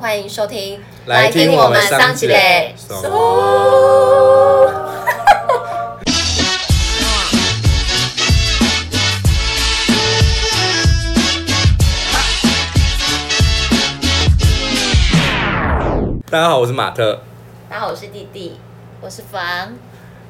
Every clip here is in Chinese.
欢迎收听，来听我们上集嘞。大家好，我是马特。大家好，我是弟弟，我是凡。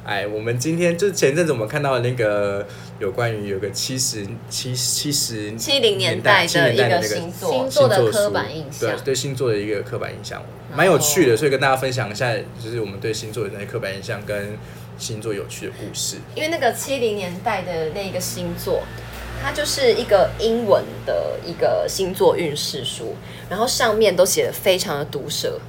哎，我们今天就是前阵子我们看到的那个有关于有个七十七七十70年代代的70年代一个那星座星星座的座刻书板印对象对星座的一个刻板印象，蛮有趣的，所以跟大家分享一下，就是我们对星座的那些刻板印象跟星座有趣的故事。因为那个七零年代的那个星座，它就是一个英文的一个星座运势书，然后上面都写的非常的毒舌。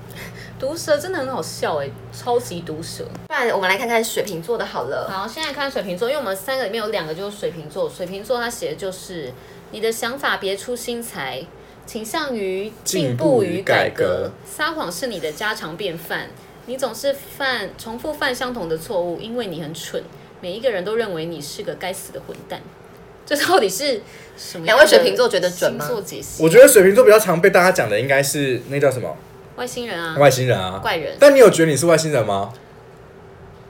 毒蛇真的很好笑哎、超级毒蛇。不然我们来看看水瓶座的好了。好，现在看水瓶座，因为我们三个里面有两个就是水瓶座，水瓶座它写的就是你的想法别出心裁，倾向于进步与进步与改改革革，撒谎是你的家常便饭，你总是犯重复犯相同的错误，因为你很蠢，每一个人都认为你是个该死的混蛋。这到底是什么样的两位水瓶座觉得准吗星座解析，我觉得水瓶座比较常被大家讲的应该是那叫什么外星人啊，外星人啊，怪人但你有觉得你是外星人吗？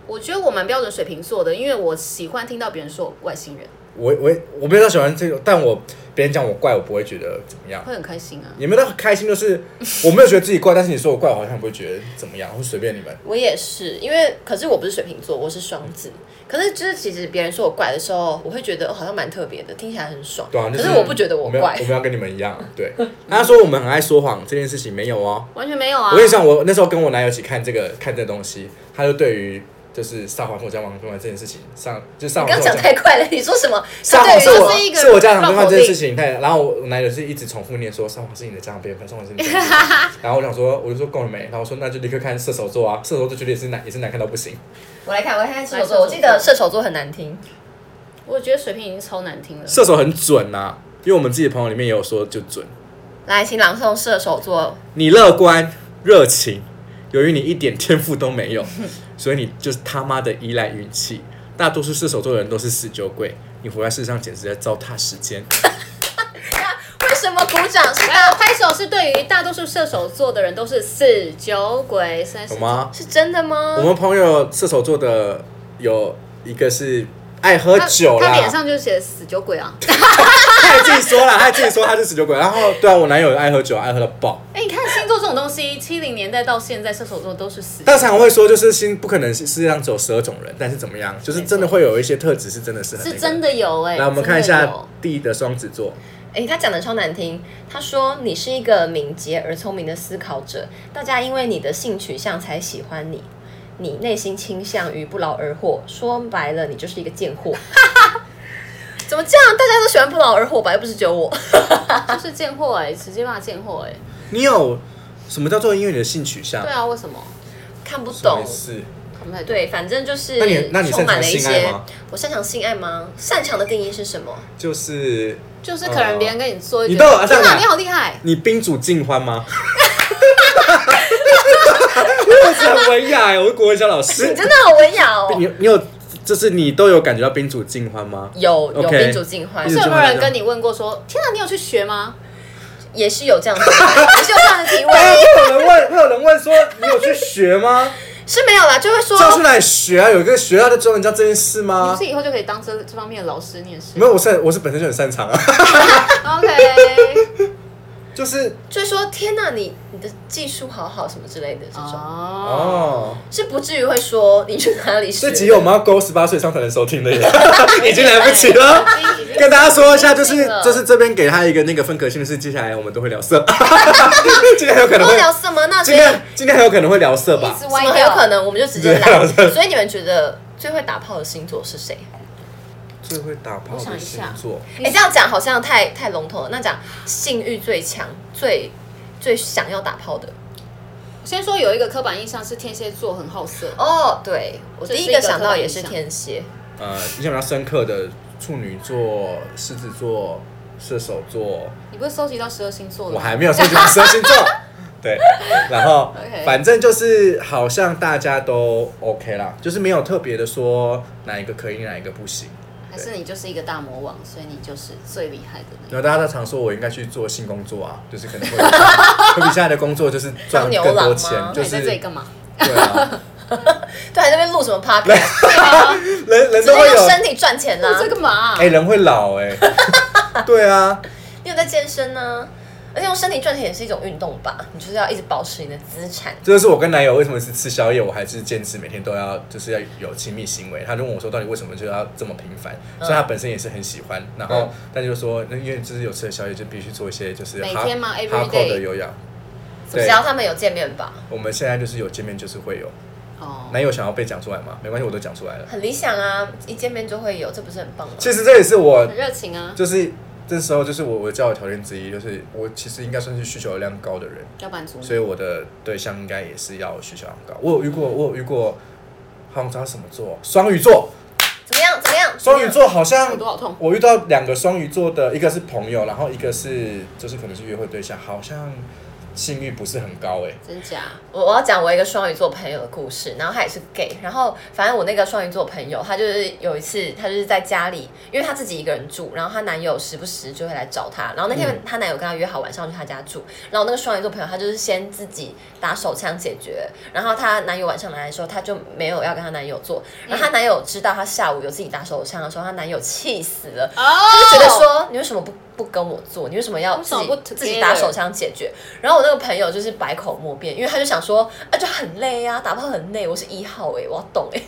我觉得我蛮标准水瓶座的，因为我喜欢听到别人说我外星人，我我我没有到喜欢这种，但我别人讲我怪，我不会觉得怎么样。会很开心啊。也没有到开心，就是我没有觉得自己怪，但是你说我怪，我好像不会觉得怎么样，我随便你们。我也是，因为可是我不是水瓶座，我是双子。可是就是其实别人说我怪的时候，我会觉得、哦好像蛮特别的，听起来很爽。对啊，就可是我不觉得我们要怪我。们要跟你们一样。对，他说我们很爱说谎这件事情没有哦。完全没有啊！我跟你讲，我那时候跟我男友一起看这个看这东西，他就对于就是撒谎跟我家王中这件事情上就撒你谎刚跟讲我家太快了，你说什么？撒对谎于是我是一个是我家常绕便饭口这件事令情，但然后我男友是一直重复念说撒谎是你的家常便饭，撒谎是你的家常便饭。然后我想说，我就说够了没？然后我说那就立刻看射手座啊，射手座绝对也是难也是难看到不行。我来看，我来看射手来射座。手我记得射手座很难听，我觉得水平已经超难听了。射手很准呐、啊，因为我们自己的朋友里面也有说就准。来，请朗诵射手座。你乐观、热情，由于你一点天赋都没有， 所以你就是他妈的依赖运气。大多数射手座的人都是死酒鬼，你活在世上简直在糟蹋时间。为什么鼓掌是还有大？哎拍手是对于大多数射手座的人都是死酒鬼，三十有吗？是真的吗嗯我？们朋友射手座的有一个是爱喝他酒啦，他脸上就写死酒 鬼啊！他还自己说了，他还自己说他是死酒鬼。然后对啊，我男友爱喝酒，爱喝到爆。哎、你看星座这种东西，七零年代到现在，射手座都是死酒但常常会说，就是心不可能是世界上只有十二种人，但是怎么样，就是真的会有一些特质是真的是很、那是个真的有哎、来，我们看一真下的有弟的双子座，哎、他讲的超难听。他说你是一个敏捷而聪明的思考者，大家因为你的性取向才喜欢你。你内心倾向于不劳而获，说白了，你就是一个贱 货。怎么这样？大家都喜欢不劳而获吧？又不是只有 我。就是贱货哎，直接骂贱货哎。你有什么叫做因为你的性取向？对，啊，为什么？看不懂懂。是。看不太懂。对，反正就是那你那你充擅满长了一性爱些吗。？我擅长性爱吗？擅长的定义是什么？就是就是可能别人跟你说一句，你都有天这样哪，啊你好厉害！你宾主尽欢吗？我是很文雅欸我是国文小老师你。真的好文雅哦。你你有就是你都有感觉到宾主尽欢吗？有有 OK 民主进化你是怎有么没有人跟你问过说，天哪，你有去学吗？也是有这样子，也是有这样的提问， 哎，会有人问，会有人问说你有去学 吗？是没有啦，就会说教出来学啊，有一个学校的专门教这件事你吗不？是以后就可以当这这方面的老师，你也是啊没。有，我是我是本身就很擅长啊， OK。 就是就会说天哪，你你的技术好好什么之类的这种，哦，哦。是不至于会说你去哪里学这的。集我们要勾十八岁以上才能收听的耶， 已经来不及了。 跟大家说一下，就是就是这边给他一个那个分隔性的是，接下来我们都会聊色， 今天很有可能不会，聊色吗？那所今以天今天很有可能会聊色吧一直？我歪们掉，很有可能我们就直接来对 聊。色所以你们觉得最会打炮的星座是谁？最会打炮我想的一星下座，哎、这样讲好像太太笼统了。那讲性欲最强、最最想要打炮的先说有一个刻板印象是天蝎座很好色，哦，对我第一个想到也是天蝎，呃，你想比较深刻的处女座、狮子座、射手座，你不会收集到十二星哦座了我吗？还没有说喜欢十二星座。 对，然后 OK 反正就是好像大家都 OK 啦，就是没有特别的说哪一个可以，哪一个不行。哎、还是你就是一个大魔王，所以你就是最厉害的啊那个？然后大家都常说我应该去做性工作啊，就是可能会会比现在的工作就是赚当牛更多郎钱吗，就那你在是这里干嘛？对啊，对，还在那边录 什么 podcast，人人直接都会有用身体赚钱啊啦、你这干嘛哎、？人会老哎、 对啊，你有在健身呢、而且用身体赚钱也是一种运动吧，你就是要一直保持你的资产。这就是我跟男友为什么是吃宵夜，我还是坚持每天都要就是要有亲密行为。他就问我说，到底为什么就要这么频繁？所以他本身也是很喜欢，然后嗯但就说，那因为就是有吃了宵夜，就必须做一些就是每哈天吗？Every 哈扣的 day？有氧。只对，要他们有见面吧，我们现在就是有见面就是会有。哦，男友想要被讲出来吗？没关系，我都讲出来了。很理想啊，一见面就会有，这不是很棒吗？其实这也是我很热情啊，就是这时候就是我我交友条件之一，就是我其实应该算是需求量高的人。要满足你。所以我的对象应该也是要需求很高。我有遇过，我有遇过，好像知道什么座，双鱼座，怎么样？怎么样？双怎么鱼样，座好像耳朵好痛。我遇到两个双鱼座的，一个是朋友，然后一个是就是可能是约会对象，好像性欲不是很高哎、真假？我我要讲我一个双鱼座朋友的故事，然后他也是 gay，然后反正我那个双鱼座朋友，他就是有一次，他就是在家里，因为他自己一个人住，然后她男友时不时就会来找她，然后那天嗯她男友跟她约好晚上去她家住，然后那个双鱼座朋友他就是先自己打手枪解决，然后她男友晚上来的时候，她就没有要跟她男友做，然后她男友知道她下午有自己打手枪的时候，她男友气死了，哦，就觉得说你为什么不不跟我做？你为什么要为自什么己不自己 together？打手枪解决？然后我那个朋友就是百口莫辩，因为他就想说啊，就很累啊，打炮很累，我是一号哎、我要动哎、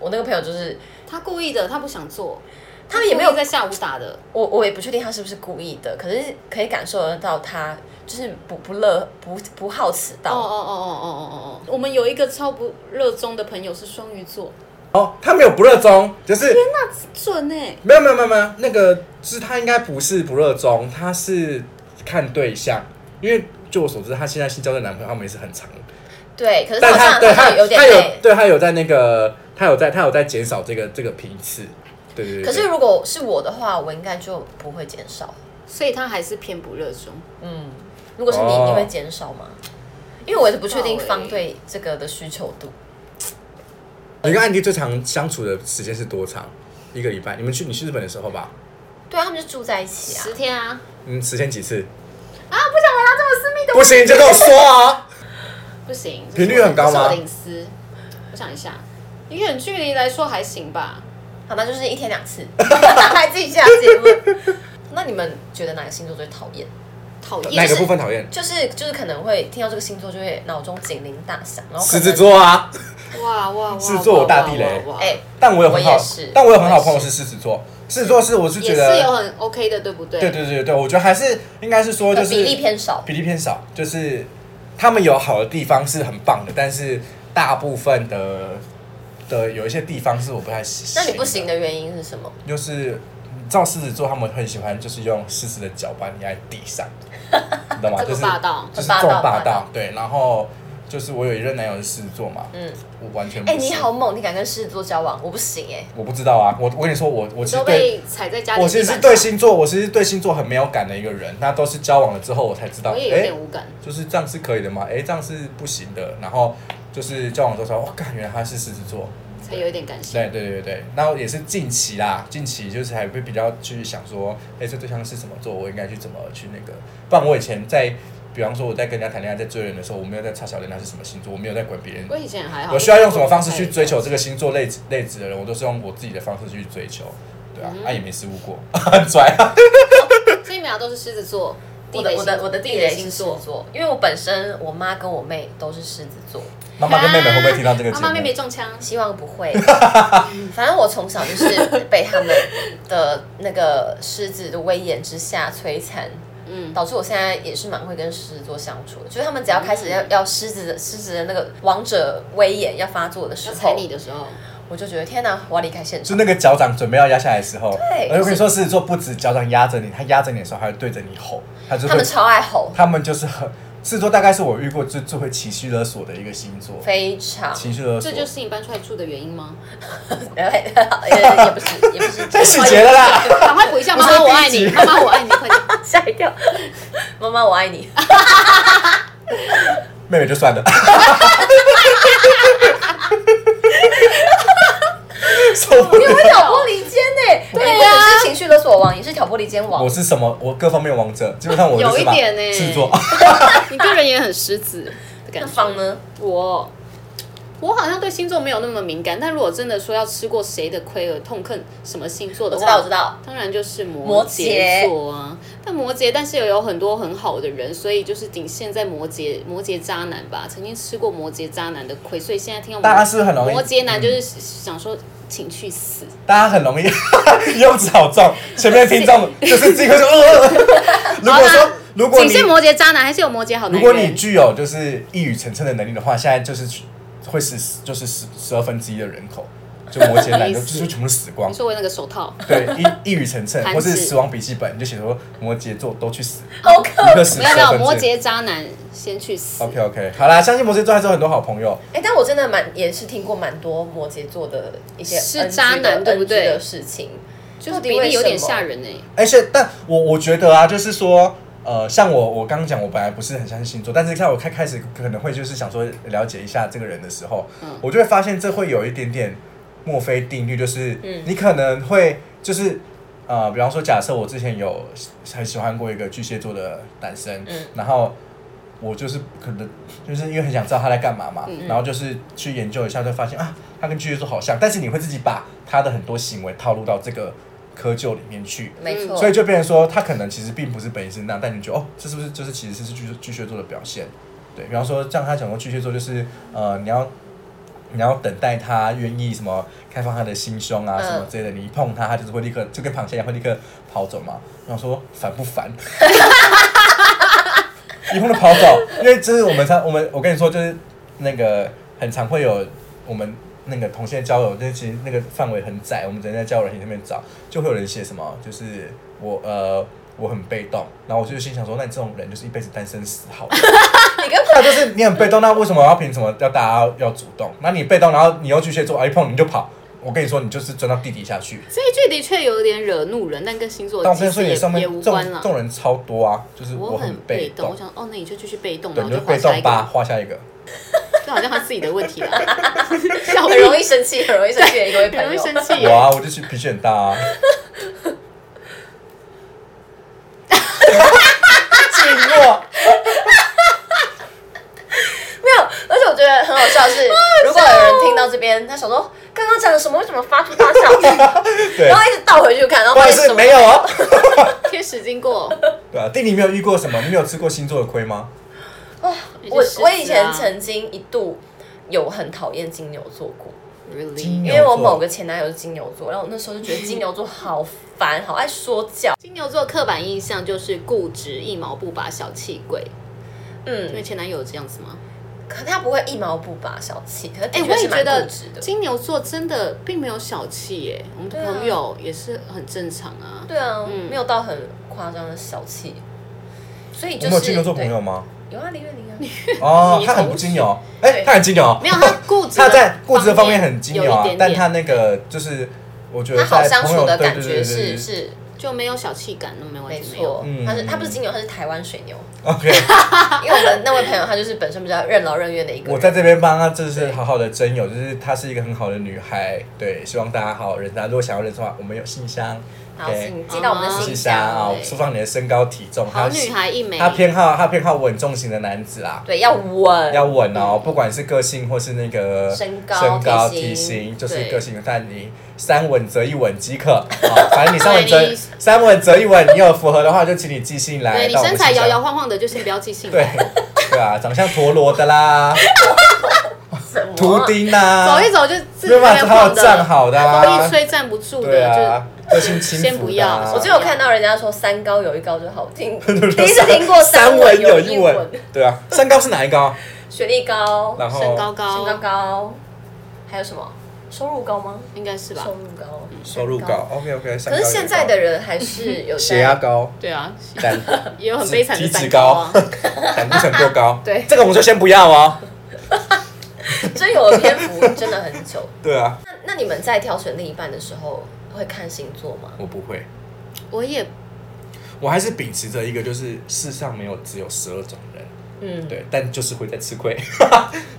我那个朋友就是他故意的，他不想做，他也没有故意在下午打的，我，我也不确定他是不是故意的，可是可以感受得到他就是不不乐不不好此哦道。哦哦哦哦哦哦！我们有一个超不热衷的朋友是双鱼座，哦，他没有不热衷，就是准哎、没有没有没有没有，那个就是他应该不是不热衷，他是看对象，因为就我所知，他现在新交的男朋友他们也是很长对，可是但呃好他像对他他有点他有累。对他有在那个他有在他有在减少这个这个频次，对对对。可是对如果是我的话，我应该就不会减少。所以他还是偏不热衷。嗯，如果是你，哦你会减少吗？因为我也是不确定不知道欸方对这个的需求度。你跟安迪最长相处的时间是多长？一个礼拜？你们去你去日本的时候吧，对啊，他们就住在一起啊。十天啊，嗯，十天几次？啊，不想聊到这么私密的，不行，你就跟我 说啊！不行，这是频率很高吗我的这是我的隐私，我想一下，以远距离来说还行吧。好吧，就是一天两次， 还自己下结论。 那你们觉得哪个星座最讨厌？讨厌哪个是部分讨厌？就是就是可能会听到这个星座就会脑中警铃大响，然后可狮能子。座啊，哇哇哇，狮子座我大地雷哇哇哎、但我有很好我也是，但我有很好朋友是狮子座，狮子座是我是觉也是有得，很 OK 的，对不对？对对对对，我觉得还是应该是说就是比例偏少。比例偏少，就是他们有好的地方是很棒的，但是大部分的的有一些地方是我不太喜。那你不行，的原因是什么？就是你知道狮子座他们很喜欢就是用狮子的脚把你压在地上， 你懂吗？这就么是霸道就是霸这道霸种霸道道。对，然后就是我有一任男友是狮子座嘛，嗯，我完全不哎、行你好，猛，你敢跟狮子座交往？我不行哎、我不知道啊，我我跟你说，我我你其都实对。被踩在家里。我其实是对，星座，我其实对星座很没有感的一个人，那都是交往了之后我才知道，我也有哎点无感。就是这样是可以的吗？哎、这样是不行的。然后就是交往的时候，我、哦、感原来他是狮子座，才有一点感性。对对对对。然后也是近期啦，近期就是还会比较去想说，哎、这对象是什么座，我应该去怎么去那个。不然我以前在，比方说我在跟人家谈恋爱，在追人的时候，我没有在查小人他是什么星座，我没有在管别人。我以前还好。我需要用什么方哎式去追求这个星座类子类子的人，我都是用我自己的方式去追求，对嗯啊，啊也没失误过， 很拽啊。所以你们俩都是狮子座，我地的雷我星的我的地地雷是星狮子座。座，因为我本身我妈跟我妹都是狮子座，妈妈跟妹妹会不会听到这个节啊妈目？妈妹妹中枪，希望不 会。反正我从小就是被他们的那个狮子的威严之下摧残，嗯，导致我现在也是蛮会跟狮子座相处的。就是他们只要开始要要狮子的狮子的那个王者威严要发作的时要踩候，你的时候，我就觉得天哪，我要离开现就场。那个脚掌准备要压下来的时候，对我就跟你说，狮子座不止脚掌压着你，他压着你的时候还会对着你吼，他就他会们，超爱吼，他们就是很，狮子座大概是我遇过最最会情绪勒索的一个星座，非常，情绪勒索，这就是你搬出来住的原因吗？啊也也不 是也不是太细节了啦，赶快补一下，妈妈我爱你，妈妈我爱你，快点！吓一跳。妈妈，我爱 你。妹妹就 算了， 受不因了，为挑拨离间呢，对啊所王，也是挑拨离间王我。是什么？我各方面王者，基本上我就是吧，有一点欸狮子座，你个人也很狮子的感那觉。方呢？哦我我好像对星座没有那么敏感，但如果真的说要吃过谁的亏而痛恨什么星座我的知道，话我，知道。当然就是摩摩羯羯座啊。但摩羯，但是也有很多很好的人，所以就是顶现在摩羯摩羯渣男吧，曾经吃过摩羯渣男的亏，所以现在听到摩大家是不是很容易摩羯男就是想说，请去死。大家很容易 用词好重，前面听 众就是这个就呃。如果说如果仅你限摩羯渣男，还是有摩羯好如男果你人？具有就是一语成谶的能力的话，现在就是会是就是十十二分之一的人口，就摩羯 男意就思就是全部死光你。说我那个手套，对，一一语成谶， 韩或是式死亡笔记本，你就写说摩羯座都去死，好可一个死没有没有，摩12分之一。羯渣男先去死。 OK OK，好啦，相信摩羯座还是有很多好朋友。哎、但我真的蛮也是听过蛮多摩羯座的一些是 NG 渣男的对不对 NG 的事情，就是比例有点吓人哎、而且，但我我觉得啊，就是说，呃，像我我刚刚讲，我本来不是很相信星座，但是像我开开始可能会就是想说了解一下这个人的时候，嗯我就会发现这会有一点点墨菲定律，就是你可能会就是。呃，比方说，假设我之前有很喜欢过一个巨蟹座的男生，嗯然后我就是可能就是因为很想知道他在干嘛嘛，然后就是去研究一下，就发现啊，他跟巨蟹座好像，但是你会自己把他的很多行为套入到这个窠臼里面去，没嗯错。所以就变成说，他可能其实并不是本意是那样，但你觉得哦，这是不是就是其实是巨巨蟹座的表现？对比方说，像他讲过巨蟹座就是呃，你要你要等待他愿意什么开放他的心胸啊嗯什么之类的，你一碰他，他就是会立刻就跟螃蟹一样会立刻跑走嘛。然后说烦不烦？ 一碰就跑走，因为这是我们常我们我跟你说就是那个很常会有我们那个同性的交友，就是其实那个范围很窄，我们只能在交友软件上面找，就会有人写什么，就是我呃我很被动，然后我就心想说，那你这种人就是一辈子单身死好了。你跟那啊就是你很被动，那为什么要凭什么要大家要主动？那你被动，然后你又巨蟹座，啊一碰你就跑，我跟你说，你就是钻到地底下去。这一句的确有点惹怒人，但跟星座但我其跟你实说，你也上面也这无种关这了。种人超多啊，就是我很被动，动我，想哦，那你就继续被动，对，然你后就画被下一动吧，个，画下一 个。就好像他自己的问 题啦，笑很容易易生气，很容易生气的一位朋很容易友。生气耶。哇，我就是脾气很大 啊，寂寞。没有，而且我觉得很好笑的 是，如哦果有人听到这边，他想说刚刚讲的什么，为什么发出大笑？对然，后一直倒回去看，然后或发者现什是么没有哦，天使经过， 对啊，弟，你没有遇过什么？你没有吃过星座的亏吗？哦也我是狮子啊我以前曾经一度有很讨厌金牛座过，金 really，牛因为我某个前男友是金牛座，然后我那时候就觉得金牛座好烦，好爱说教。金牛座刻板印象就是固执、一毛不拔、小气鬼。因为嗯，前男友有这样子吗？可他不会一毛不拔、小气，可是的哎、我确也是觉蛮得固执的。金牛座真的并没有小气耶，我们的对啊朋友也是很正常啊。对啊，嗯没有到很夸张的小气，所以我就是们有金牛做朋友吗？对有啊，林月玲啊，哦 你，他很不金牛，哎，对他很金牛，没有，他固 执的，他在固执的方面很金牛有一啊点，但点他那个就是，我觉他得好在相朋处友的对感对觉对对是对是就没有小气感，那没没完全没有错。，嗯他是他不是金牛，他是台湾 水牛， ，OK，因为我们那位朋友他就是本身比较任劳任怨的一个人。我在这边帮她，就是好好的征友，就是她是一个很好的女孩，对，希望大家好好认识她。如果想要认识的话，我们有信箱，好，对请寄到我们的哎好信信箱啊，对释放你的身高体重，好她女孩一枚，她偏好她偏好稳重型的男子啊啦，对，要稳， 要稳哦，不管是个性或是那个身高身高体型体型，就是对个性，但你三稳则一稳即 可，啊，反正你三稳对则你三稳则一稳，你有符合的话就请你寄信来，对你到我们身材信箱摇摇晃晃的，就先不要寄信。对， 对啊，长相陀螺的啦，什么图钉啦， 走一走就自没有然办法好好晃站的，好的风一啊，吹站不住对的，啊就，个性轻先浮不的要啊，我只有看到人家说三高有一高就好 听，第对一次听过三文文有一一文，对啊，三高是哪一高？学历高，然后身高身高高，高，还有什么收入高吗？应该是吧收？入高，收入高。，OK OK，可是现在的人还是有在 血压 高，对啊，胆也有很悲惨的体脂三 高啊。胆固醇过高，对这个我们就先不要哦。真有的篇幅真的很久。对啊，那那你们在挑选另一半的时候会看星座吗？我不会，我也我还是秉持着一个就是世上没有只有十二种人，嗯，对，但就是会在吃亏，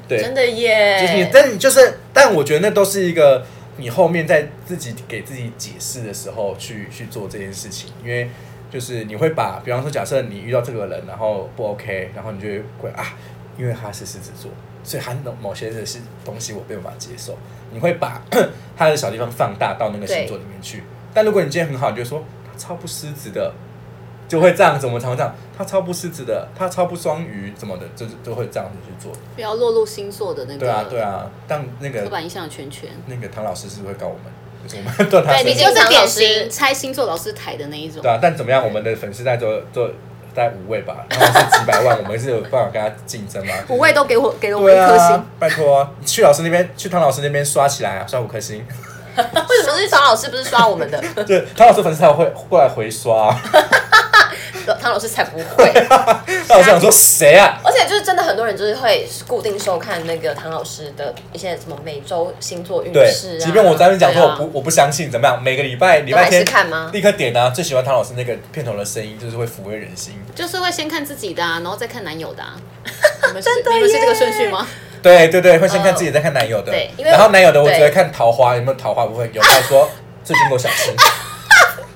对， 真的耶，就是你，但你就是，但我觉得那都是一个你后面在自己给自己解释的时候去去做这件事情，因为就是你会把，比方说，假设你遇到这个人，然后不 OK，然后你就会啊，因为他是狮子座，所以他某某些的是东西我没有办法接受，你会把 他的小地方放大到那个星座里面去。但如果你今天很好，你就说他超不狮子的，就会这样子，我们常常这样，他超不狮子的，他超不双鱼什么的，就是就会这样子去做。不要落入星座的那个对啊，对啊，但那刻个板印象的圈圈。那个唐老师是会告我们， 就是我们断他对，身你份经就是常典老师型猜星座老师台的那一种对。啊，但怎么样，我们的粉丝在做做大概五位吧，然后是几百万，我们是有办法跟他竞争 吗？五位都给我给了我们对一颗星啊，，拜托啊、去老师那边，去唐老师那边刷起来啊，刷五颗星。 为什么是唐老师不是刷我们的？对，唐老师粉丝才会过来回刷、啊。 唐老师才不会。唐老师想说谁啊？而且就是真的很多人就是会固定收看那个唐老师的一些什么每周星座运对势，啊。即便我在那边讲说对我啊不、我不相信，怎么样？每个礼拜礼还拜是天看吗立刻点啊！最喜欢唐老师那个片头的声音，就是会抚慰人心。就是会先看自己的、啊，然后再看男友的、 啊。你们是你们是这个顺序吗？对对对，会先看自己，再看男友的。对因为然后男友的我哦对只会看桃花有没有桃花部分，有他 说最近给我小心。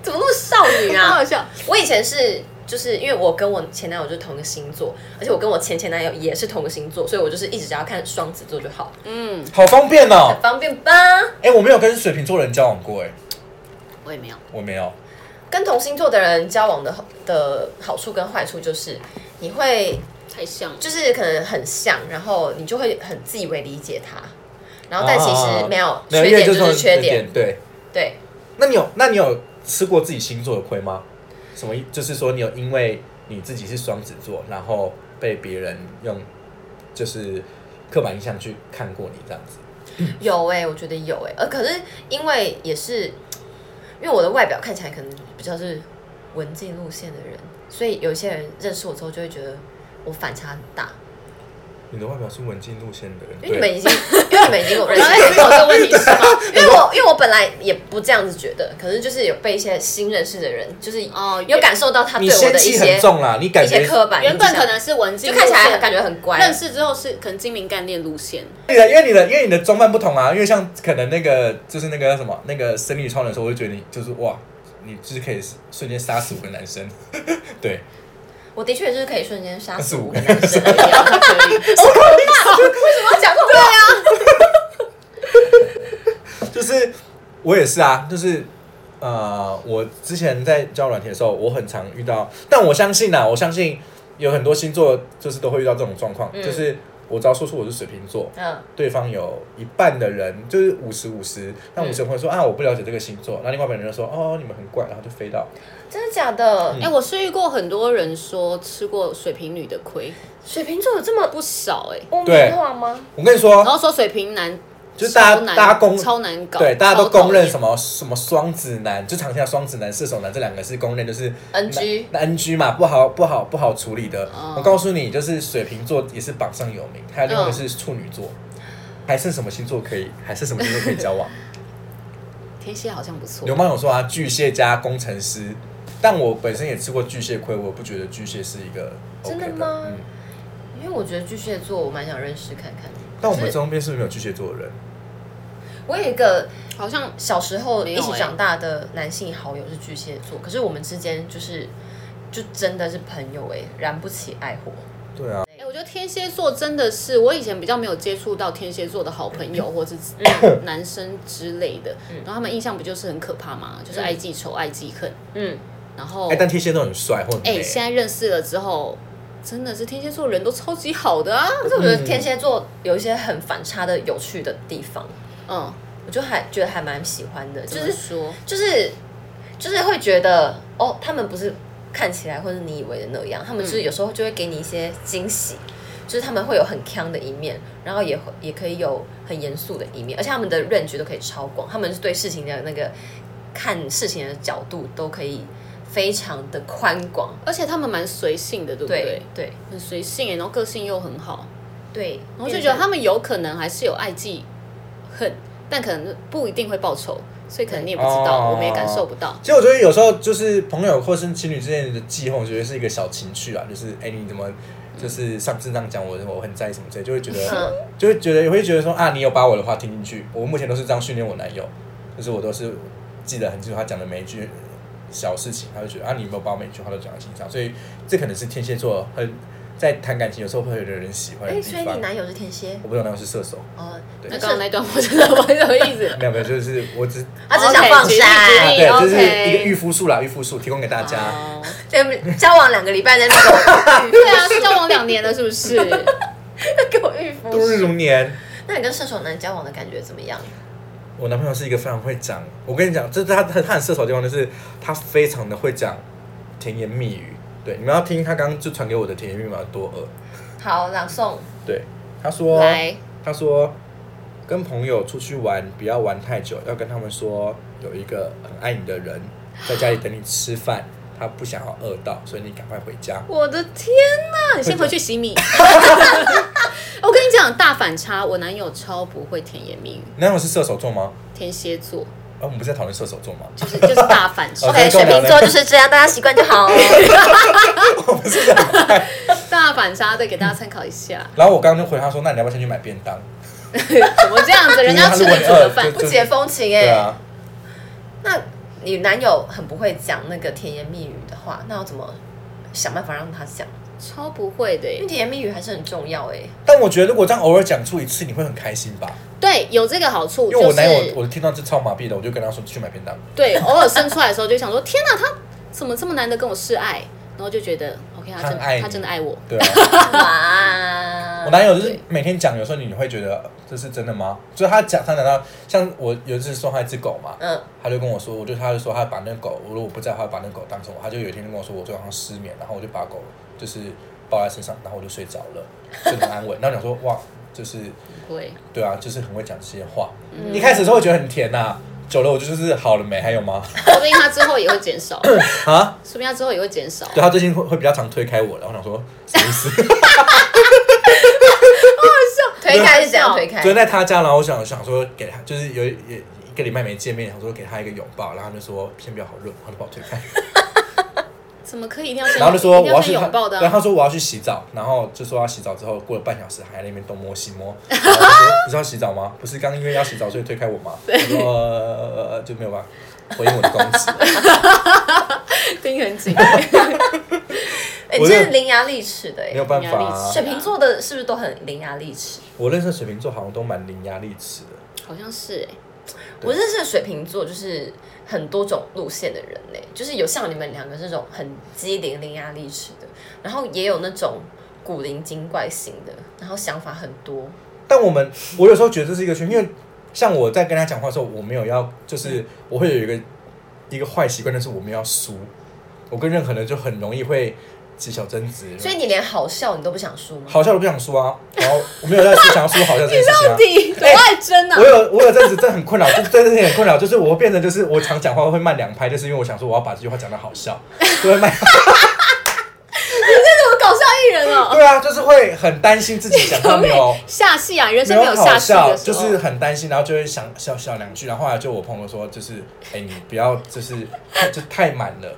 怎么那么少女 好好啊？笑。我以前是就是因为我跟我前男友就是同个星座，而且我跟我前前男友也是同个星座，所以我就是一直只要看双子座就好，嗯，好方便哦很！方便吧？哎、我没有跟水瓶座人交往过、哎，我也没有。我没有。跟同星座的人交往的的好处跟坏处就是你会太像了，就是可能很像，然后你就会很自以为理解他，然后但其实没有，啊缺因为点这就种是缺点，对，对。那你有那你有吃过自己星座的亏吗？什么意？就是说你有因为你自己是双子座，然后被别人用就是刻板印象去看过你这样子。有哎、我觉得有哎、呃，可是因为也是，因为我的外表看起来可能比较是文静路线的人，所以有些人认识我之后就会觉得我反差很大，你的外表是文静路线的人，因为你对们已经，因为你们已经有认识刚才 有我这个问题是吗？因啊为我因为我本来也不这样子觉得，可是就是有被一些新认识的人，就是哦有感受到啊他对你我仙的一气很些重啦，你感一些觉刻板印象，原本可能是文静就路看线，起来感觉很乖，认识之后是可能精明干练 路线，对啊，因为你的因为你的装扮不同啊，因为像可能那个就是那个什么那个生理超人的时候，我就觉得你就是哇，你就是可以瞬间杀死五个男生， 对，我的确就是可以瞬间杀死15五个男生， 对 啊他可以。为什么要讲这种话？就是我也是啊，就是呃，我之前在教软体的时候，我很常遇到，但我相信啊，我相信有很多星座就是都会遇到这种状况，嗯就是我只要说出我是水瓶座，嗯， 对方有一半的人就是五十五十，那五十会说、啊我不了解这个星座，那另外一半人就说哦你们很怪，然后就飞到真的假的？哎、嗯我是遇过很多人说吃过水瓶女的亏，水瓶座有这么不少哎、污对名化吗？我跟你然说，后说水瓶男就是大超家难大家公超难搞，对，大家都超讨厌公认什么什么双子男，就常见的双子男、射手男这两个是公认，就是 NG 那 NG 嘛，不好不好不好处理的。哦我告诉你，就是水瓶座也是榜上有名，还有另外一个嗯是处女座，还是什么星座可以，还是什么星座可以交 往？天蝎好像不错刘，邦有说啊，巨蟹加工程师，但我本身也吃过巨蟹亏，我不觉得巨蟹是一个 OK 真的的吗嗯，因为我觉得巨蟹座我蛮想认识看看的。但我们可是身边是不是没有巨蟹座的人？我有一个好像小时候没一有起欸长大的男性好友是巨蟹座，可是我们之间就是就真的是朋友哎、燃不起爱火。对啊，哎、我觉得天蝎座真的是我以前比较没有接触到天蝎座的好朋嗯友或者是男生之类的，然后他们印象不就是很可怕吗？就是爱记仇、爱记恨，嗯，然后哎、但天蝎都很帅或很哦哎、美。啊现在认识了之后，真的是天蝎座人都超级好的啊，可是我觉得天蝎座有一些很反差的有趣的地方，嗯，我就还觉得还蛮喜欢的，就就是是说，就是就是会觉得哦，他们不是看起来或者你以为的那样，他们嗯就是有时候就会给你一些惊喜，就是他们会有很强的一面，然后也会也可以有很严肃的一面，而且他们的认知都可以超广，他们是对事情的那个看事情的角度都可以非常的宽广，而且他们蛮随性的，对不对？对对很随性、欸，然后个性又很好，对，然后就觉得他们们有可能还是有爱记恨，但可能不一定会报仇，所以可能你也不知道，哦我们也感受不到。其实我觉嗯得有时候就是朋友或是情侣之间的记恨，我觉得是一个小情趣啊，就是哎、你怎么就是上次这样讲我我很在意什么之类，就会 觉得嗯，就会觉得会觉得说啊，你有把我的话听进去。我目前都是这样训练我男友，就是我都是记得很清楚他讲的每一句小事情，他就觉得啊，你有没有把我每一句话都讲在心上？所以这可能是天蝎座很在谈感情有时候会有的人喜欢的哎，地所以方你。男友是天蝎我不懂，男友是射手，哦，对那刚刚那段我真的不知道什么意 思。没有没有，就是 我只啊他啊只想放 OK，举例举闪例。对，这是 OK 一个预复数啦，预复数提供给大家。哦对，交往两个礼拜在那边 对啊，是交往两年了，是不 是？给我预度日伏。如年。那你跟射手男交往的感觉怎么样？我男朋友是一个非常会讲，我跟你讲，这是他他他很射手的地方，就是他非常的会讲甜言蜜语。对，你们要听他刚刚就传给我的甜言蜜语有多恶。好，朗诵。对，他说，来，他说跟朋友出去玩不要玩太久，要跟他们说有一个很爱你的人在家里等你吃饭，他不想要饿到，所以你赶快回家。我的天哪！你先回去洗米。 我跟你讲，大反差，我男友超不会甜言蜜语，你男友是射手座吗？天蝎座啊，我们不是在讨论射手座吗？ 就是就是大反差，OK，哎 OK，水瓶座就是这样，大家习惯就 好。哦大反差，对，给大家参考一下。 然后我刚刚就回他说，那你要不要先去买便当？怎么这样子？人家吃你煮的饭，就不解风情对哎。啊，那你男友很不会讲那个甜言蜜语的话，那要怎么想办法让他讲？超不会的因耶为。甜言蜜语还是很重要哎。但我觉得如果这样偶尔讲出一次，你会很开心吧？对，有这个好处，因为就我男友，是我听到这超麻痹的，我就跟他说去买便当。对，偶尔生出来的时候就想说，天哪，他怎么这么难得跟我示爱？然后就觉得，OK，他真他爱你他真的爱我。对啊，哇我男友就是每天讲，有时候你会觉得这是真的吗？所以他讲，他难道像我有一次送他一只狗嘛，嗯，他就跟我说，我就他就说他把那狗，如果我不在的话，他把那狗当成我。他就有一天就跟我说，我昨天晚上失眠，然后我就把狗就是抱在身上，然后我就睡着了，睡得很安稳。然后我想说哇，就是对，对啊，就是很会讲这些话。一开始的时候会觉得很甜呐、啊久了我就就是好了没，还有吗？说不定他之后也会 减少，啊？说不定他之后也会减少。对他最近会会比较常推开我，然后我想说什么意思？推开是怎样推开？昨天在他家，然后我想想说给他，就是有一也一个礼拜没见面，想说给他一个拥抱，然后他就说先不要好热，然后就把我推 开，怎么可以一定要先？然后就说一我定要要去先拥抱的对，啊、 他说我要去洗澡，然后就说要洗澡之后过了半小时还在那边东摸西摸，然后我说你是要洗澡吗？不是刚因为要洗澡所以推开我 吗？我说呃呃就没有办法回应我的攻击， 盯很紧。哎，你我就真的伶牙俐齿的没哎有。办法伶牙啊、俐齿水瓶座的是不是都很伶牙俐齿？我认识的水瓶座好像都蛮伶牙俐齿的。好像是哎、对我认识的水瓶座就是很多种路线的人呢、就是有像你们两个这种很机灵、伶牙俐齿的，然后也有那种古灵精怪型的，然后想法很多。但我们，我有时候觉得这是一个圈，因为像我在跟他讲话的时候，我没有要，就是我会有一个一个坏习惯，就是我们要输，我跟任何人就很容易会起小争执，所以你连好笑你都不想输吗？好笑都不想输啊，然后我没有在想要输好笑这件事情 啊。底多爱争啊我！有我有阵子真的很困扰，就真的是很困扰，就是我会变得就是我常讲话会慢两拍，就是因为我想说我要把这句话讲的好笑，就 会慢。我搞笑艺人哦、对啊，就是会很担心自己讲话没有下戏啊，人没生没有好下戏笑，的时就候，是很担心，然后就会想笑笑两句，然后后来就我朋友说，就是哎、你不要就是 太就太满了，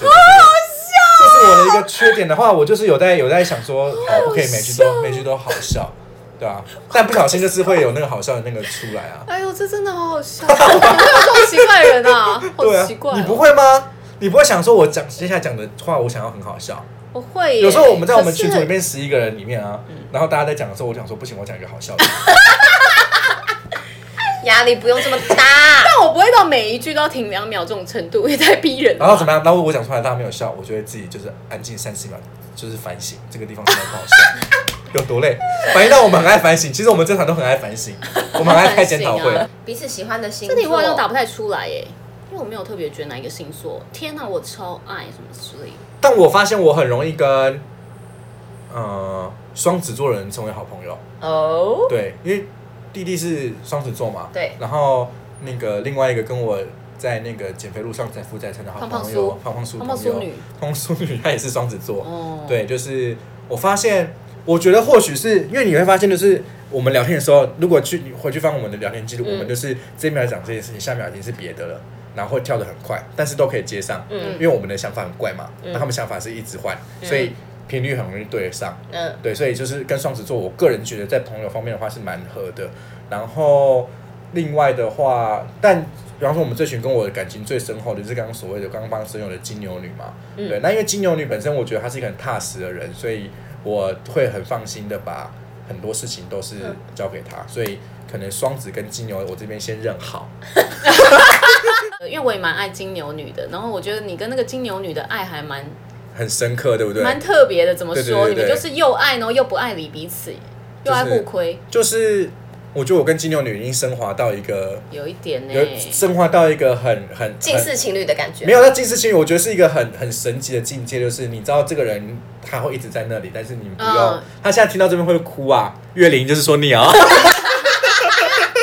好好笑、这是我的一个缺点的话，我就是有在有在想说，好不可以每句都每句都好笑，对啊，但不小心就是会有那个好笑的那个出来啊，哎呦，这真的好好笑！你 会有这种奇怪的人啊，对好啊奇怪、，你不？会吗？你不会想说我讲接下来讲的话，我想要很好笑。我会耶。有时候我们在我们可是群组里面十一个人里面啊，然后大家在讲的时候，我想说不行，我讲一个好笑的。压力不用这么大。 但我不会到每一句都要停两秒这种程度，也太逼人了。然后怎么样？然后我讲出来，大家没有笑，我就会自己就是安静三十秒，就是反省这个地方真的不好笑，有多累。反映到我们很爱反省，其实我们正常都很爱反省，我们很爱开检讨会反省。啊彼此喜欢的星这座，题我好像答不太出来耶，因为我没有特别觉得哪一个星座。天哪，我超爱什么之类的。但我发现我很容易跟呃双子座的人成为好朋友，哦。对，因为弟弟是双子座嘛，对然后那个另外一个跟我。在那个减肥路上载浮载沉的好朋友，胖胖叔，胖胖淑女，胖胖淑女，她也是双子座，哦，，对，就是我发现，我觉得或许是因为你会发现，就是我们聊天的时候，如果去你回去翻我们的聊天记录，嗯我们就是这一秒讲这件事情，下一秒已经是别的了，然后会跳得很快，但是都可以接上，嗯因为我们的想法很怪嘛，嗯那他们想法是一直换，所以频率很容易对得上。嗯，对，所以就是跟双子座，我个人觉得在朋友方面的话是蛮合的。然后另外的话，但比方说我们这群跟我的感情最深厚的，就是刚刚所谓的刚刚帮生有的金牛女嘛。嗯对，那因为金牛女本身，我觉得她是一个很踏实的人，所以我会很放心的把很多事情都是嗯交给她，所以可能双子跟金牛，我这边先认好。呃因为我也蛮爱金牛女的，然后我觉得你跟那个金牛女的爱还蛮很深刻，对不对？蛮特别的。怎么对对说？对对你们就是又爱，然后又不爱理彼此，又爱互亏，就是我觉得我跟金牛女已经升华到一个，有一点欸呢、有升华到一个很很近很似情侣的感觉。没有，那近似情侣，我觉得是一个很很神奇的境界，就是你知道这个人他会一直在那里，但是你不用。嗯他现在听到这边会哭啊，月玲就是说你 哦，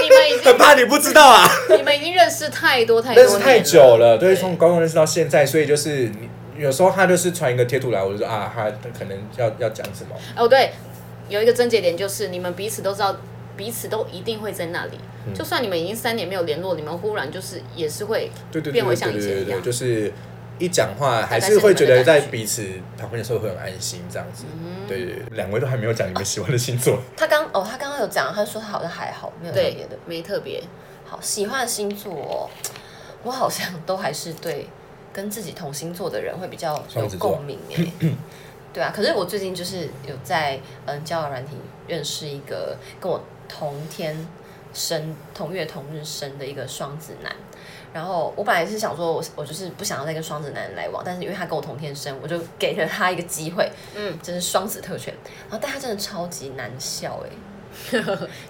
你们已很怕你不知道啊，经你们已经认识太多太多认年识了太久了，对，从高中认识到现在，所以就是你有时候他就是传一个贴图来，我就说啊，他可能要要讲什么，哦，对，有一个症结点就是你们彼此都知道，彼此都一定会在那里。嗯就算你们已经三年没有联络，你们忽然就是也是会对对对变回对像对以对前对一样对，。就是一讲话还大概是是你们会的觉得在感觉彼此旁边的时候会很安心这样子。嗯对对对，两位都还没有讲你们喜欢的星座，他刚哦，他刚刚有讲，他说他好像还好，没有特别对的。，没特别。好，喜欢的星座、哦，我好像都还是对跟自己同星座的人会比较有双子座共鸣哎。对啊，可是我最近就是有在嗯交友软体认识一个跟我同天生、同月同日生的一个双子男。然后我本来是想说我，我就是不想要再跟双子男来往，但是因为他跟我同天生，我就给了他一个机会，嗯，就是双子特权。然后但他真的超级难笑哎、就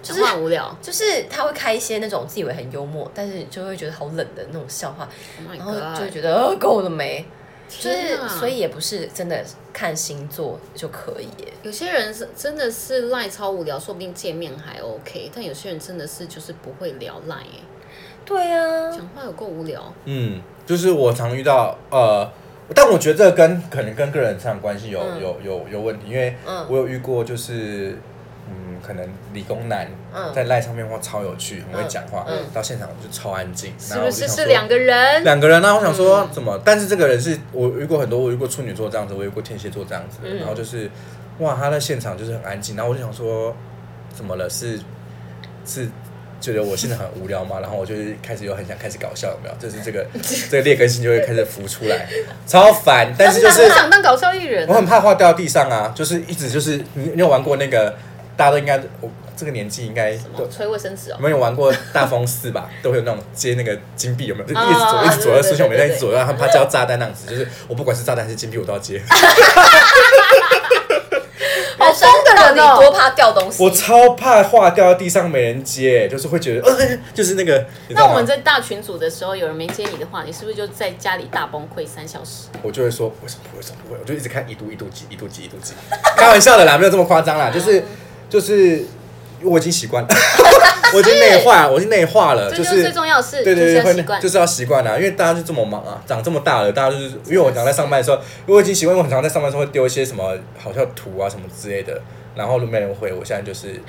就是是很无聊。就是他会开一些那种自以为很幽默，但是就会觉得好冷的那种笑话， Oh 然后就 my 会 god！觉得呃够了没？就天是哪所以也不是真的看星座就可以耶，有些人是真的是赖超无聊，说不定见面还 OK，但有些人真的是就是不会聊赖、欸，对啊，讲话有够无聊。嗯，就是我常遇到呃，但我觉得这跟可能跟个人上关系有、嗯有有有问题，因为嗯我有遇过就是。嗯，可能理工男嗯在赖上面话超有趣，很会讲话，嗯到现场就超安静，是然后我不就是想是说两个人？两个人啊呢、我想说怎么？但是这个人是我遇过很多，我遇过处女座这样子，我遇过天蝎座这样子的，嗯然后就是哇，他在现场就是很安静，然后我就想说怎么了？是是觉得我现在很无聊吗？然后 我就是开始又很想开始搞笑，有没有？就是 这个这个劣根性就会开始浮出来，超烦。但是就我是想当搞笑艺人我，很怕花掉地上啊，就是一直就是你你有玩过那个？大家都应该，我这个年纪应该什都么吹卫生纸哦你，们有玩过大风四吧？ 都会有那种接那个金币，有没有？就啊一直左一直左对对右，师兄对们对在一直左右，他们怕叫炸弹那样子，就是我不管是炸弹还是金币，我都要接。好疯的到人底哦多！怕掉东西 我，超怕话掉到地上没人接，就是会觉得，呃、就是那个。你知那道我们吗？在大群组的时候，有人没接你的话，你是不是就在家里大崩溃三小时？我就会说为什么不会，为什么不会？我就一直看一度一度几一度几一度几， 开玩笑的啦，没有这么夸张啦，就是就是我已经习惯 了，我已经内化，我已经内化了，这就就是是最重要的事，对对对，就是要会习惯。就是要习惯啦，因为大家就这么忙啊，长这么大了，大家就是因为我常在上班的时候，我已经习惯，因为我很常在上班的时候会丢一些什么好笑图啊什么之类的，然后都没人回，我现在就是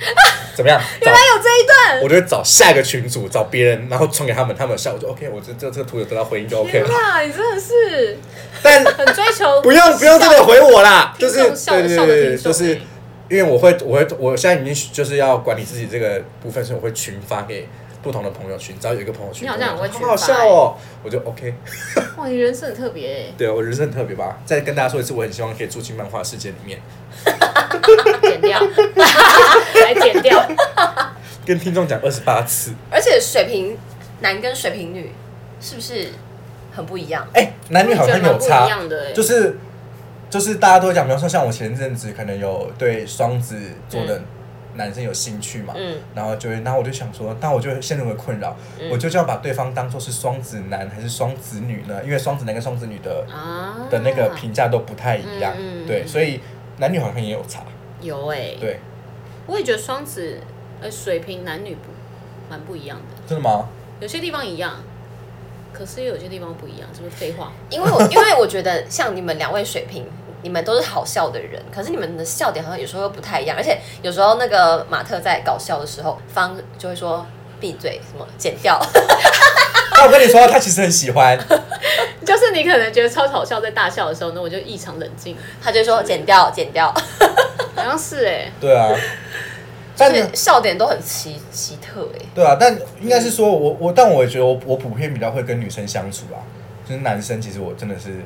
怎 么样？原来有这一段，我就会找下一个群主，找别人，然后传给他们，他们有笑，我就 OK，我这这这个图有得到回应就 OK 了，哇，你真的是但很追求 不用不用真的回我啦，就是听众笑对对笑对得对，挺爽就是欸因为我会我会我现在已经就是要管理自己这个部分，所以我会群发给不同的朋友群，只要有一个朋友群，你好像很会我就群好好发欸笑哦，我就 OK。哇，你人生很特别欸对我人生很特别吧？再跟大家说一次，我很希望可以住进漫画世界里面，剪掉，来剪 掉。跟听众讲二十八嗯次。而且水瓶男跟水瓶女是不是很不一样？哎、男女好像有我也觉得蛮不差一样的欸，就是就是大家都会讲，比方说像我前阵子可能有对双子座嗯的男生有兴趣嘛，嗯然后就会，然后我就想说，那我就会陷入了困扰，嗯我究竟要把对方当做是双子男还是双子女呢？因为双子男跟双子女的、啊的那个评价都不太一样，嗯嗯嗯对，所以男女好像也有差，有哎，对，我也觉得双子呃水瓶男女不蛮不一样的，真的吗？有些地方一样，可是又有些地方不一样，是不是废话？因 为我因为我觉得像你们两位水平，你们都是好笑的人，可是你们的笑点好像有时候又不太一样，而且有时候那个马特在搞笑的时候，方就会说闭嘴，什么剪掉，那我跟你说，他其实很喜欢， 就是你可能觉得超好笑，在大笑的时候呢，我就异常冷静， 他就说剪掉，剪掉，好像是哎、对啊。但所以笑点都很奇奇特哎、对啊，但应该是说我我，但我也觉得我我普遍比较会跟女生相处啦，就是男生其实我真的是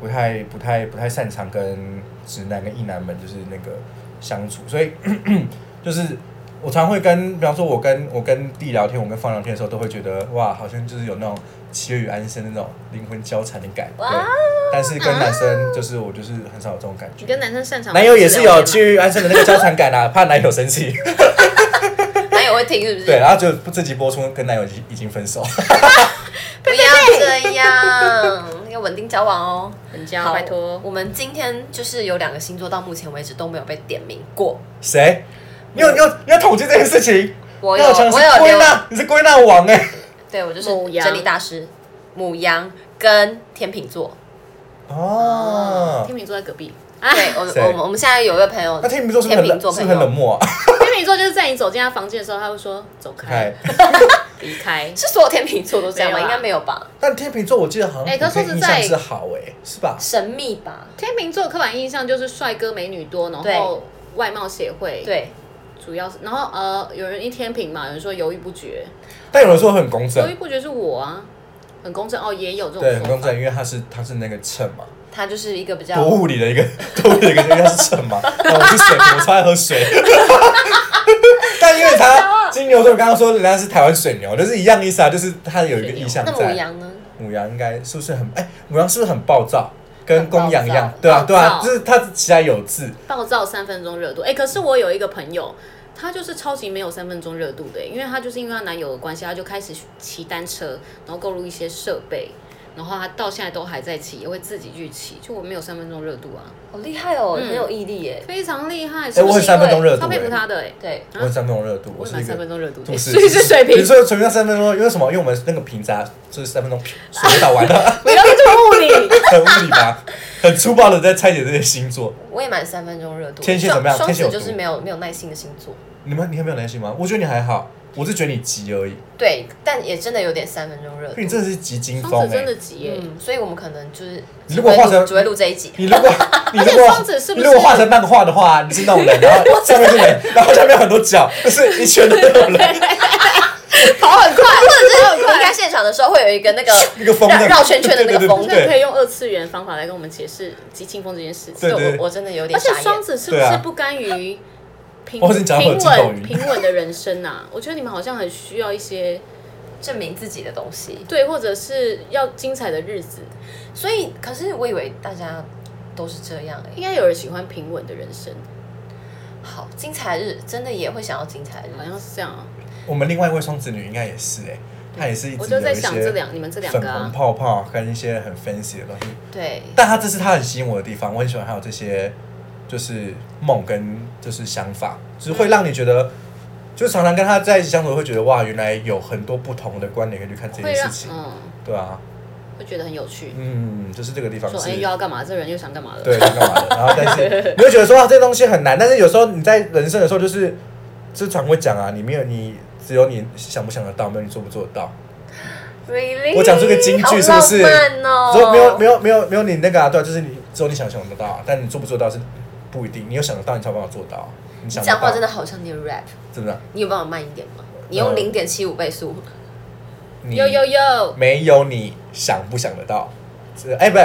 不太不太不太擅长跟直男跟异男们就是那个相处，所以 就是我常会跟，比方说我跟我跟弟聊天，我跟方聊天的时候，都会觉得哇，好像就是有那种七月与安生的那种灵魂交缠的感觉，对但是跟男生就是我就是很少有这种感你觉。跟男生擅长男友也是有七去，月与安生的那个交缠感啊，怕男友生气。男友会听是不是？对，然后就不自己播出跟男友已经已经分手。不要这样，要稳定交往哦。很娇，好拜托，我们今天就是有两个星座到目前为止都没有被点名过。 谁？你有你有你有统计这件事情？我有廖强我有是归留，纳，你是归纳王哎、对我就是母羊整理大师，母羊跟天秤座。 哦，天秤座在隔壁，啊对，我谁我们我们现在有一个朋友那，天秤座是不是很冷？天秤座是不是很冷漠啊？天秤座就是在你走进他房间的时候，他会说走开嗨，离开。是所有天秤座都这样吗？没有应啊该没有吧？ 但天秤座我记得好像哎可是说普遍实印在象是好哎、是吧？神秘吧？天秤座刻板印象就是帅哥美女多，然对后外貌协会，，对，主要是，然后呃，有人一天平嘛，有人说犹豫不决，但有人说很公犹豫正，不决是我啊，很公正哦，也有这对，种很说公法，正，因为他是他是那个秤嘛，他就是一个比较多物理的一个多物理的一个，因为他是秤嘛。然后我是水瓶，我超爱喝水。 但因为他金牛座，刚刚说人家是台湾水牛，就是一样意思啊，就是他有一个意向那在。母羊呢？母羊应该是不是很哎、母羊是不是很暴躁？跟公羊一样很暴，躁对啊，对啊暴，躁就是它起来有字，暴躁三分钟热度。哎、可是我有一个朋友，她就是超级没有三分钟热度的、因为她就是因为她男友的关系，她就开始骑单车，然后购入一些设备，然后她到现在都还在骑，也会自己去骑，就我没有三分钟热度啊，好厉害哦，嗯很有毅力耶。非常厉害，哎，是不我是很因三分钟为热度，超佩服哎她的、哎，对，我很三分钟热度，我我也是蛮一三分个，钟热度的、不所是以是水比如平，说水平三分钟，因为什么？因为我们那个平闸就是三分钟，水打完了， 不要去吐你。很物理吧，很粗暴的在拆解这些星座。我也满三分钟热度。天蝎怎么样双天蝎双有子毒就是没有没有耐心的星座。你们你很没有耐心吗？我觉得你还好，我是觉得你急而已，对，但也真的有点三分钟热因度为你。真的是急惊双风子哎真。的急耶、嗯，所以我们可能就是你如果画成只会录只会录这一集，你如 果你如果双子是不你是如果画成漫画的话，你是那种人，然后上面是人， 然后下面有很多脚，就是一圈都有人，跑哦 很快，或者是离开现场的时候会有一个那 个那个风绕的绕圈圈的那个风对对对对那可以用二次元方法来跟我们解释急清风这件事情。对对我我真的有而点且傻双眼。子是不对是啊不甘于平、或是讲到平有筋斗稳云平稳的人生呐、我觉得你们好像很需要一些证明自己的东西，对，或者是要精彩的日子。所以可是我以为大家都是这样哎、应该有人喜欢平稳的人生，好，精彩日真的也会想要精彩日，好像是这样啊。我们另外一位双子女应该也是哎、欸，她也是一直我就在想有一些这两你们这两粉个红啊，泡泡跟一些很 fancy 的东西，对，但她这是她很吸引我的地方，我很喜欢她有这些就是梦跟就是想法，就是会让你觉得，就常常跟她在一起相处会觉得哇，原来有很多不同的观点可以去看这会件让事情，嗯对啊，会觉得很有趣。嗯，就是这个地方说是哎、又要干嘛？这人又想干嘛了？对，，干嘛的？ 然后但是你会觉得说、啊、这东西很难，但是有时候你在人生的时候就是，就是常会讲啊，你没有你只有你想不想得到，没有你做不做得到。 Really？我讲出个金句是不是好浪漫哦、说没有没有没有没有你那个啊，对啊，就是你只有你想想得到啊，但你做不做到是不一定，你有想得到你才有办法做到啊。你你想不讲话到真的好像你的 rap，真的，啊你有办法慢一点吗？你用呃零点七五倍速，你有有有，没有你想不想得到？是哎不是，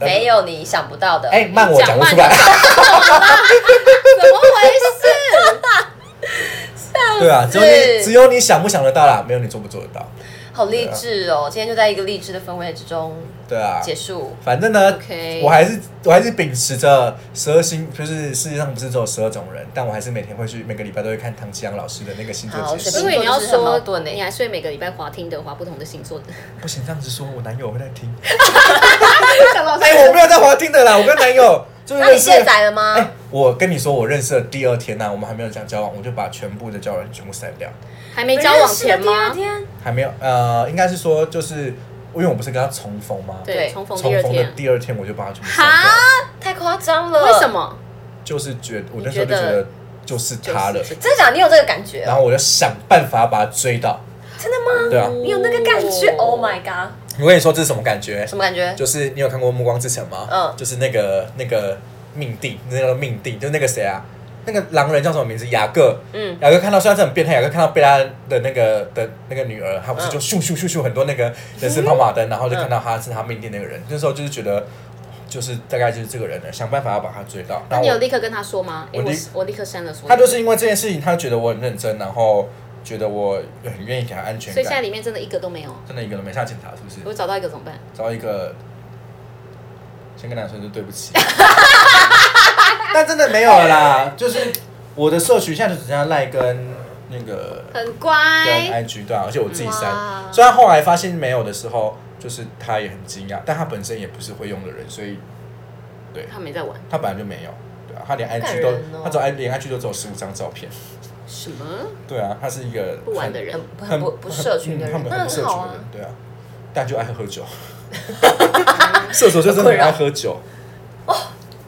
呃没有你想不到的。哎慢我讲讲不慢出来， 怎么回事？对啊，只有是你只有你想不想得到啦，没有你做不做得到，好励志哦！今天就在一个励志的氛围之中对啊，结束。反正呢 OK 我还是我还是秉持着十二星，就是世界上不是只有十二种人，但我还是每天会去，每个礼拜都会看唐奇阳老师的那个星座好随解因释便。为你要星座就是很矛说盾欸你还是会每个礼拜滑听的，滑不同的星座的。不行，这样子说，我男友会在 听。想到哎、我没有在滑听的啦，我跟男 友就是那你认识。卸载了吗？哎、我跟你说，我认识的第二天呢、我们还没有讲交往，我就把全部的交友软件全部删掉，还没交往前吗？第二天还没有，呃，应该是说就是。因为我不是跟他重逢吗？对，对重逢第重二逢的天。第二天我就把他全部删掉哈，，太夸张了。为什？么？就是觉我你那时候就觉觉得得就是他了，就是真的假的？你有这个感觉然哦？后我就想办法把他追到，真的吗？对啊你有那个感觉？Oh my god！我跟你说这是什么感觉？什么感觉？就是你有看过《暮光之城》吗？嗯就是那个那个命定，那个命定，就是那个谁啊？那个狼人叫什么名字？雅各。嗯，雅各看到虽然是很变态，雅各看到贝拉的那个的那个女儿，他嗯不是就咻咻咻咻很多那个人是跑马灯，然后就看到他是他命定那个人。那时候就是觉得，就是大概就是这个人了，想办法要把他追到。那然后你有我立刻跟他说吗？因我为立我我立刻删了说。他就是因为这件事情，他觉得我很认真，然后觉得我很愿意给他安全所以现在感。里面真的一个都没有。真的一个人没下警察是不是如？果找到一个怎么办？找一个，先跟男生说对不起。 但真的没有了啦，就是我的社群现在就只剩下赖跟那个很跟乖， IG 对啊、而且我自己哇删。虽然后来发现没有的时候，就是他也很惊讶，但他本身也不是会用的人，所以他没在玩。他本来就没有。对啊，他连感 IG 人都，哦他只有 I 连 IG 都只有十五张照片。什么对啊，他是一个不玩的很人很？很不不社群的嗯他人，们那很很社好群的啊人，。对啊，但就爱喝酒。 射手就真的很爱喝酒，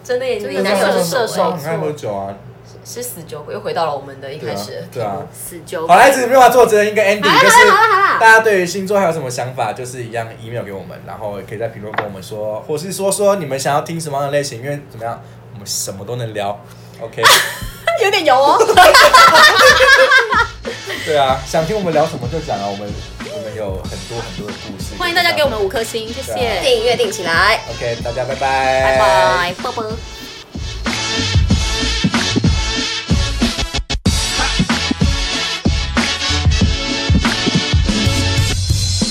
真的耶，真的你男友是射真手的很爱喝座，酒啊。是死酒鬼，又回到了我们的一对开啊始。对啊。死九好啦，一直没有办法做责任跟 Andy，就是好啦好啦大家对于星座还有什么想法，就是一样 email 给我们，然后也可以在评论跟我们说，或是说说你们想要听什么样的类型，因为怎么样，我们什么都能聊。OK， 有点油 哦。对啊，想听我们聊什么就讲啊，我们我们有很多很多的故事。欢迎大家给我们五颗星，谢对谢，订阅订起来。 OK，大家拜拜，拜拜拜，啵啵。